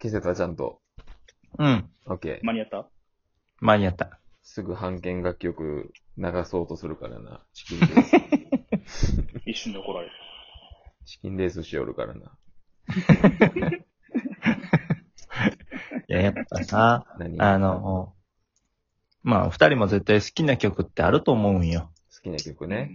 消せた、ちゃんと。うん。 OK。間に合った間に合った。すぐ半券楽曲流そうとするからな。チキンレ ース。一瞬で怒られる。チキンレースしよるからな。いや、やっぱさ、何あ、の、まあ、二人も絶対好きな曲ってあると思うんよ。好きな曲ね。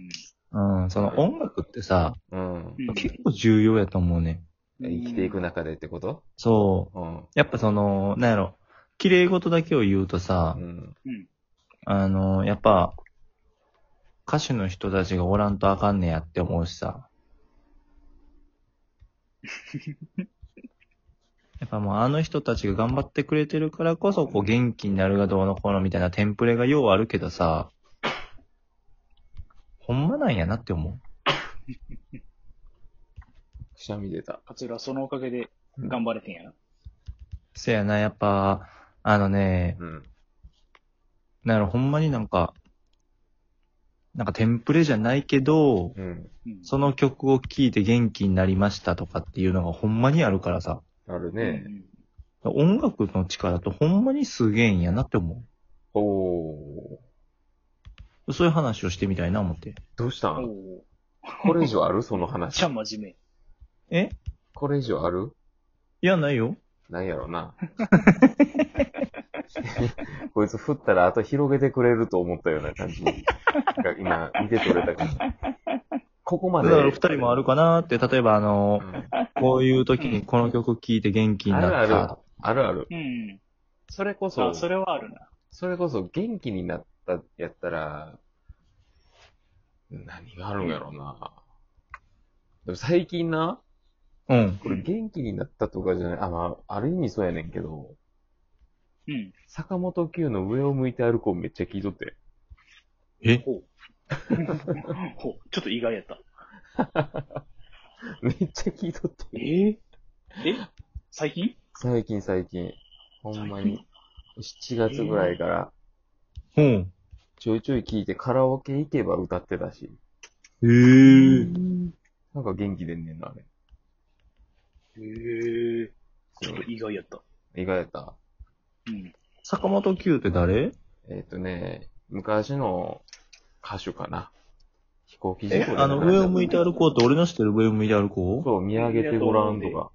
うん、その音楽ってさ、うんう。ん。うん結構重要やと思うね。生きていく。中でってことそう。うん。やっぱその、なんやろ、綺麗事だけを言うとさう、ん。あの、やっぱ、歌手の人たちがおらんとあかんねやって思うしさ。やっぱもうあの人たちが頑張ってくれてるからこそ、こう元気になるがどうのこうのみたいなテンプレがようあるけどさ、ほんまなんやなって思う。くしゃみ出た。カツラそのおかげで頑張れてんやな。せやな、やっぱ、あのね、うん。なるほんまになんか、なんかテンプレじゃないけど、うん。うん。その曲を聴いて元気になりましたとかっていうのがほんまにあるからさ、あるうんうね。ん。音楽の力ってほんまにすげえんやなって思おお。う。そういう話をしてみたいな思って。どうしたおんお。これ以上あるそのめっち話。ゃ真面えこれ以上あるいや、ないよ。なんやろな。こいつ振ったら後広げてくれると思ったような感じが今見て取れたかも。ここまだで。から二人もあるかなって、例えばあのう、んこういう時にこの曲聴いて元気になっあるた。あるある。目。うん。それこそ、あ、そそれれはあるな。こそ元気になったやったら、何があるんやろうな。でも最近な、うん。これ元気になったとかじゃない、あ、まあ、ある意味そうやねんけど、うん。坂本九の上を向いて歩こうめっちゃ聞いとって。えほう。 ほう。ちょっと意外やった。めっちゃ聞いとって。ええ最近最近最近。ほんまに。7月ぐらいから、うん。ちょいちょい聞いてカラオケ行けば歌ってたし。ええー。なんか元気出んねんな、あれ。えー。ちそょっうと意外やった。意外やった。うん。坂本九って誰えっ、とね、昔の歌手かな。飛行機事え故であの、上を向いて歩こうって俺の知ってる上を向いて歩こうそう、見上げてごらんとか。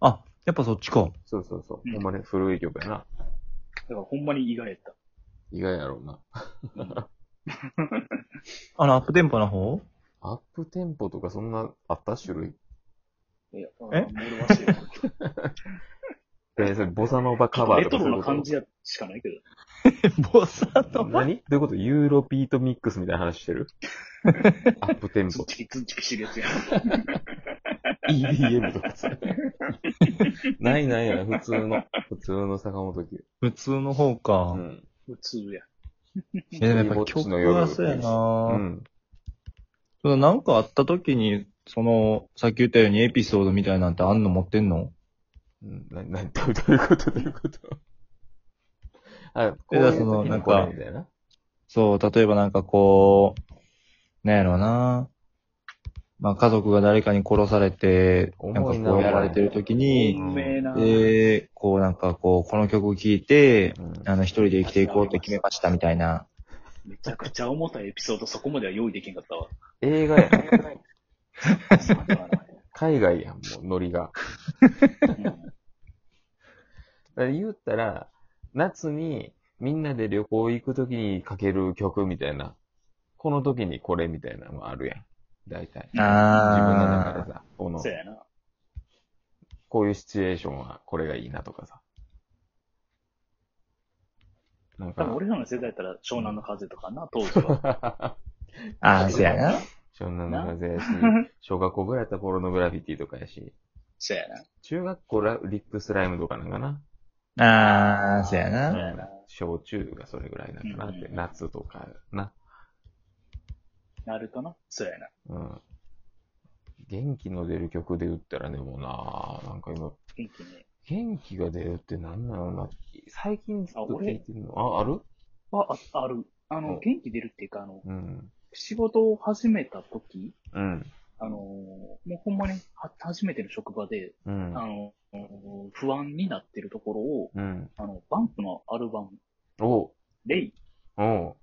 あ、やっぱそっちか。そうそうそう。うんほんまね、古い曲やな。だからほんまに意外やった。意外やろうな。うんあの、アップテンポ な方アップテンポとかそんなあった種類いや、えあの俺忘れた。え、それ、ボサノバカバーレとトかそういロうことな感じやしかないけど。ボサノバ何どういうことユーロピートミックスみたいな話してるアップテンツポン。チキツンチキしてるやつや。 EDM とかさ。 ないないない、普通の。普通の坂本九。普通の方か。うん。普通や。いやでもやっぱ曲はそうやな、うん。そのなんかあった時に、その、さっき言ったようにエピソードみたいなんてあんの持ってんのうんな、な、どうどういうことどういうことあ、こうえいだうからその時なんにかこれみたいな。そう、例えばなんかこう、なんやろうな。まあ家族が誰かに殺されて、なんか重いなこうやられてる時に、有名な。で、こうなんかこう、この曲を聴いて、うんあの一人で生きていこうって決めましたみたいな。めちゃくちゃ重たいエピソード、そこまでは用意できんかったわ。映画や。そんなのはない海外やん、もう、ノリが。だから言ったら、夏にみんなで旅行行くときにかける曲みたいな。この時にこれみたいなのもあるやん。大体。自分の中あでさ、こうんのそう、やな。こういうシチュエーションはこれがいいなとかさ。なん多か分、俺らの世代やったら湘南の風とかな、当時 は。あ、ああ、そうやな。湘南の風やし、 小学校ぐらいやったらポルノグラフィティとかやし、そうやな。中学校ラリップスライムとかなんかな。ああ、そうやうな。ん小中がそれぐらいなんかなって、うん夏とかな。なるとな。そうやな。うん。元気の出る曲で言ったらでもななんか今、元気に。元気が出るってなんなのな。最近ずっと聞いてるの。あ、あるあ、あある。あうの、ん元気出るっていうか、あの、うん。仕事を始めた時、うん。あのー、もうほんまに、は初めての職場で、うん。あの、の、不安になってるところを、うん。あの、バンプのアルバム、おう。レイ、おう。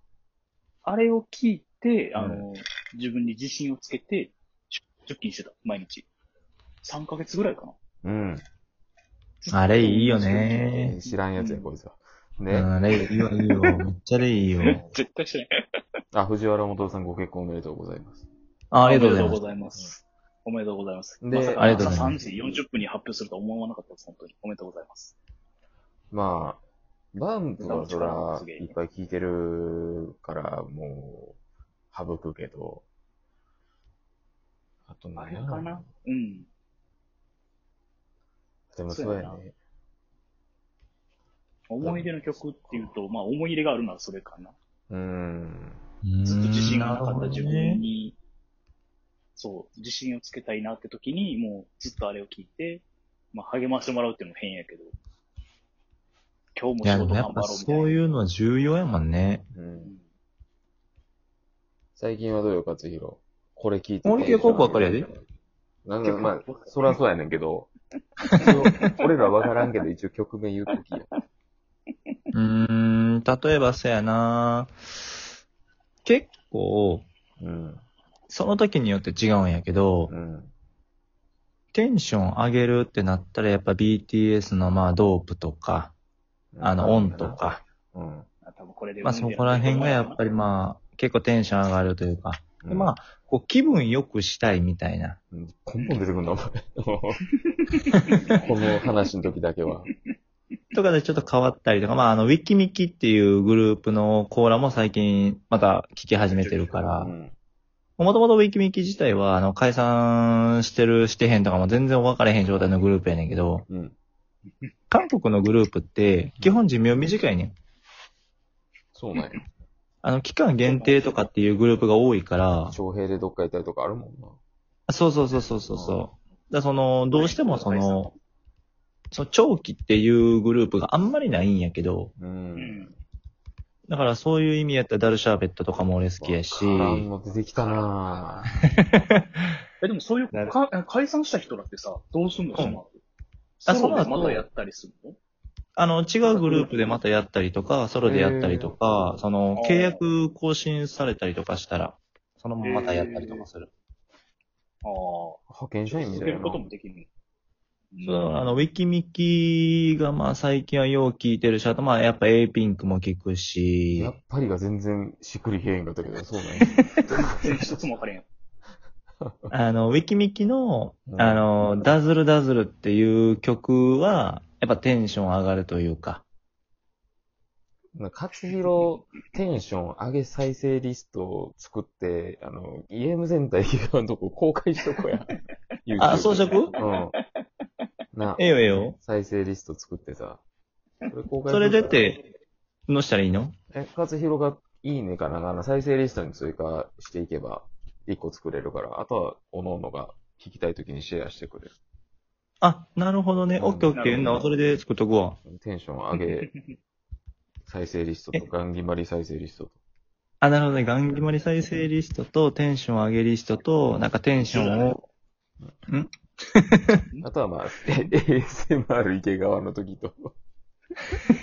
あれを聞いて、うんあの、自分に自信をつけて、出出勤してた、毎日。3ヶ月ぐらいかな。うん。あれいいよえねー知らんやつや、こいつは。うね。ん、レイ、いいよ、いいよ。めっちゃレイいいよ。絶対してない。あ、藤原元さんご結婚おめでとうございます。 あ、ありおがめとうでございとうまごす。ざいます。おめでとうございます。でまさかありがとうござい3ます時40分に発表するとは思わなかったです、本当に。おめでとうございます。まあ、バンプはそら、いっぱい聞いてるから、もう、省くけど。あとあ何れやかなうん。でもそうやね。思い出の曲っていうと、まあ思い入れがあるのはそれかな。うん。ずっと自信がなかうーんった自なるほど分ねに、そう、自信をつけたいなって時に、もうずっとあれを聞いて、まあ励ましてもらうっていうのも変やけど、今いや、日でも仕事もや頑っぱ張ろうみたいな。そういうのは重要やもんね。う。うんん最近はどうよ、勝弘。これ聞いて俺結構ばっかりやで。なんだ、結構まあ、そらそうやねんけ ど。一応俺らわからんけど、一応曲名言うときや。うーん、例えばそやな結構、うん。その時によって違うんやけど、うん。テンション上げるってなったらやっぱ BTS のまあドープとか、あの、オンとか、うん。あ多分これでまあそこら辺がやっぱりまあ結構テンション上がるというか、うでんまあ、こう気分良くしたいみたいな。うんポンポン出てくんな、お 前。この話の時だけは。とかでちょっと変わったりとか、まああのウィキミキっていうグループのコーラも最近また聞き始めてるかうら、ん。もともとウィキミキ自体は、あの、解散してる、してへんとかも全然分かれへん状態のグループやねんけど、うん。韓国のグループって、基本寿命短いねん。そうなんや。あの、期間限定とかっていうグループが多いから、徴兵でどっか行ったりとかあるもんな。そうそうそうそうそうそう。だからその、どうしてもそはいの、その長期っていうグループがあんまりないんやけど、う。うんん。だからそういう意味やったらダルシャーベットとかも俺好きやし、カランも出てきたなぁ。え、でもそういなるう、か解散した人だってさ、どうすんのうんその後。あソロでその後またやったりするのあの、違うグループでまたやったりとか、ソロでやったりとか、その、あー契約更新されたりとかしたら、そのまままたやったりとかする。あ派遣社あ。員み続たけいなる。こともできる。そう、あの、ウィキミキが、まあ、最近はよう聞いてるし、あと、まあ、やっぱ A ピンクも聞くしや、っぱりが全然しっくりけえへんかったけど、そうなんや。全然一つもわかれんやん。あの、ウィキミキのう、んあの、ダズルダズルっていう曲は、やっぱテンション上がるというか、なんか勝弘テンション上げ再生リストを作って、あの、ゲームセンター以外のとこ公開しとこや。 あ装飾うん。な、ええよええよ。再生リスト作ってさ。それ公開それ出て、のしたらいいのえ、勝弘がいいねかなんかあの再生リストに追加していけば、一個作れるから、あとは、おののが聞きたいときにシェアしてくれる。あ、なるほどね。うんオッケーオッケー。なるほな、どそれで作っとくわ。テンション上 げ、再生リストと、ガンギマリ再生リストと。あ、なるほどね。ガンギマリ再生リストと、テンション上げリストと、なんかテンションを、あとはまあ、え ASMR 池川の時 と、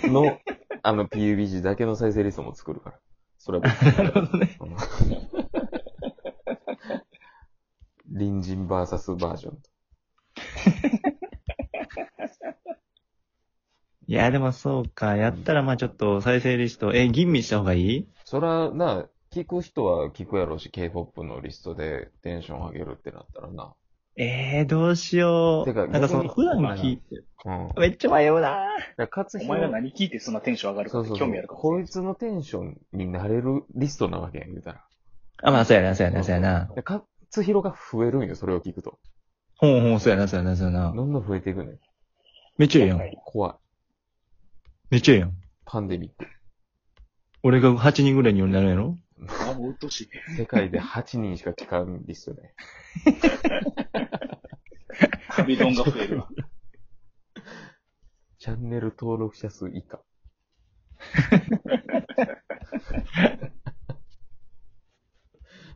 の、あの PUBG だけの再生リストも作るから。それは別に なるほどね。隣人 VS バージョンと。いや、でもそうか。やったら、まあちょっと再生リスト、え、吟味した方がいいそらな、聞く人は聞くやろうし、K-POP のリストでテンション上げるってなったらな。えー、どうしよう。てかなんかその、逆普に段聞いて、うん。めっちゃ迷うなだから勝お弘前が何聞いてそんなテンション上がるかそうってそうそ興味あう。るかもしこいつのテンションになれるリストなわけやん、言うたら。あ、まあ、そうやな、そうやな、そうやな。で勝弘が増えるんよ、それを聞くと。ほんほん、そうやな、そうやな、そうやどな。んどん増えていくね。めっちゃええやんは。い怖い。めっちゃええやん。パンデミック。俺が8人ぐらいになるんやろれない。あ、もう鬱陶しい。世界で8人しか聞かんリストね。カビドンが増 えるわ。チャンネル登録者数以 下。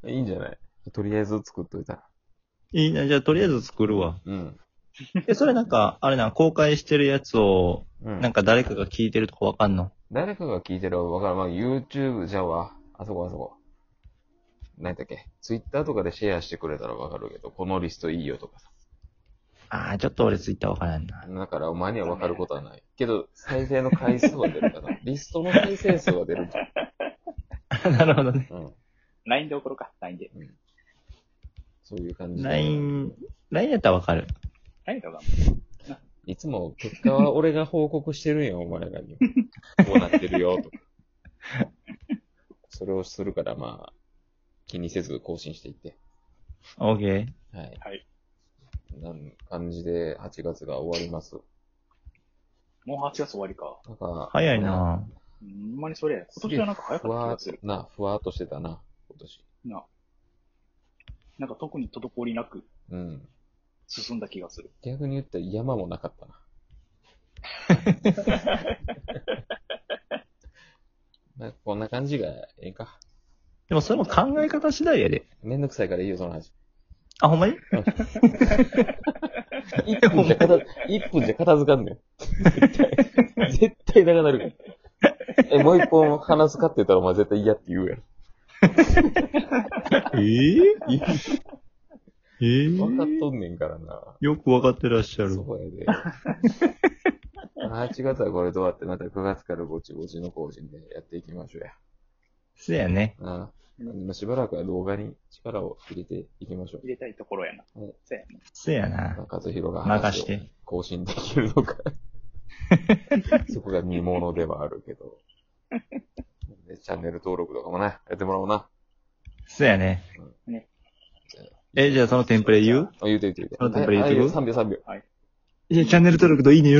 いいんじゃないとりあえず作っといたら。いいな、じゃあとりあえず作るわ。うん。え、それなんか、あれな、公開してるやつを、うんなんか誰かが聞いてるとかわかんの誰かが聞いてるわからん。まあ、YouTube じゃわ。あそこあそこ。何だっけ。Twitter とかでシェアしてくれたらわかるけど、このリストいいよとかさ。ああ、ちょっと俺ツイッターわからんな。 だから、お前にはわかることはない。け ど、再生の回数は出るかな。リストの再生数は出るじゃん。なるほどね。 うん。 LINE で送ろうか、LINE で。そういう感じで。 LINE、LINE やったらわかる。 LINE だかいつも結果は俺が報告してるんや、お前らには。 こうなってるよ、とか。それをするから、まあ、気にせず更新していって。 OK。はい。はい。なん感じで8月が終わります。もう8月終わりか。なんか、早い。なほんまにそれや。今年はなんか早かふった気わがするー。な、ふわーっとしてたな、今年。な。なんか特に滞りなくうん。進んだ気がする。逆に言ったら山もなかった な。まあこんな感じがええか。でもそれも考え方次第やで。めんどくさいからいいよ、その話。あ、ほんまに1分じゃ片、一分じゃ片付かんねん。絶対。絶対長なるから。え、もう一本話すかって言ったらお前絶対嫌って言うやろ。えええ分かっえとんねんからな。よくわかってらっしゃる。そうやで。8月はこれどうやって、また9月からぼちぼちの更新でやっていきましょうや。そうやね。ああ今しばらくは動画に力を入れていきましょ入れたいところやな。うんそうやな。そうやう。な。和弘が任話しをて。更新できるの か。そこが見物ではあるけど。でチャンネル登録とかもね、やってもらおうな。そうやねね。え、じゃあそのテンプレ言うあ言うて言うて言うて。あなたから言うてはいくはい3秒3秒。いや、チャンネル登録といいねよ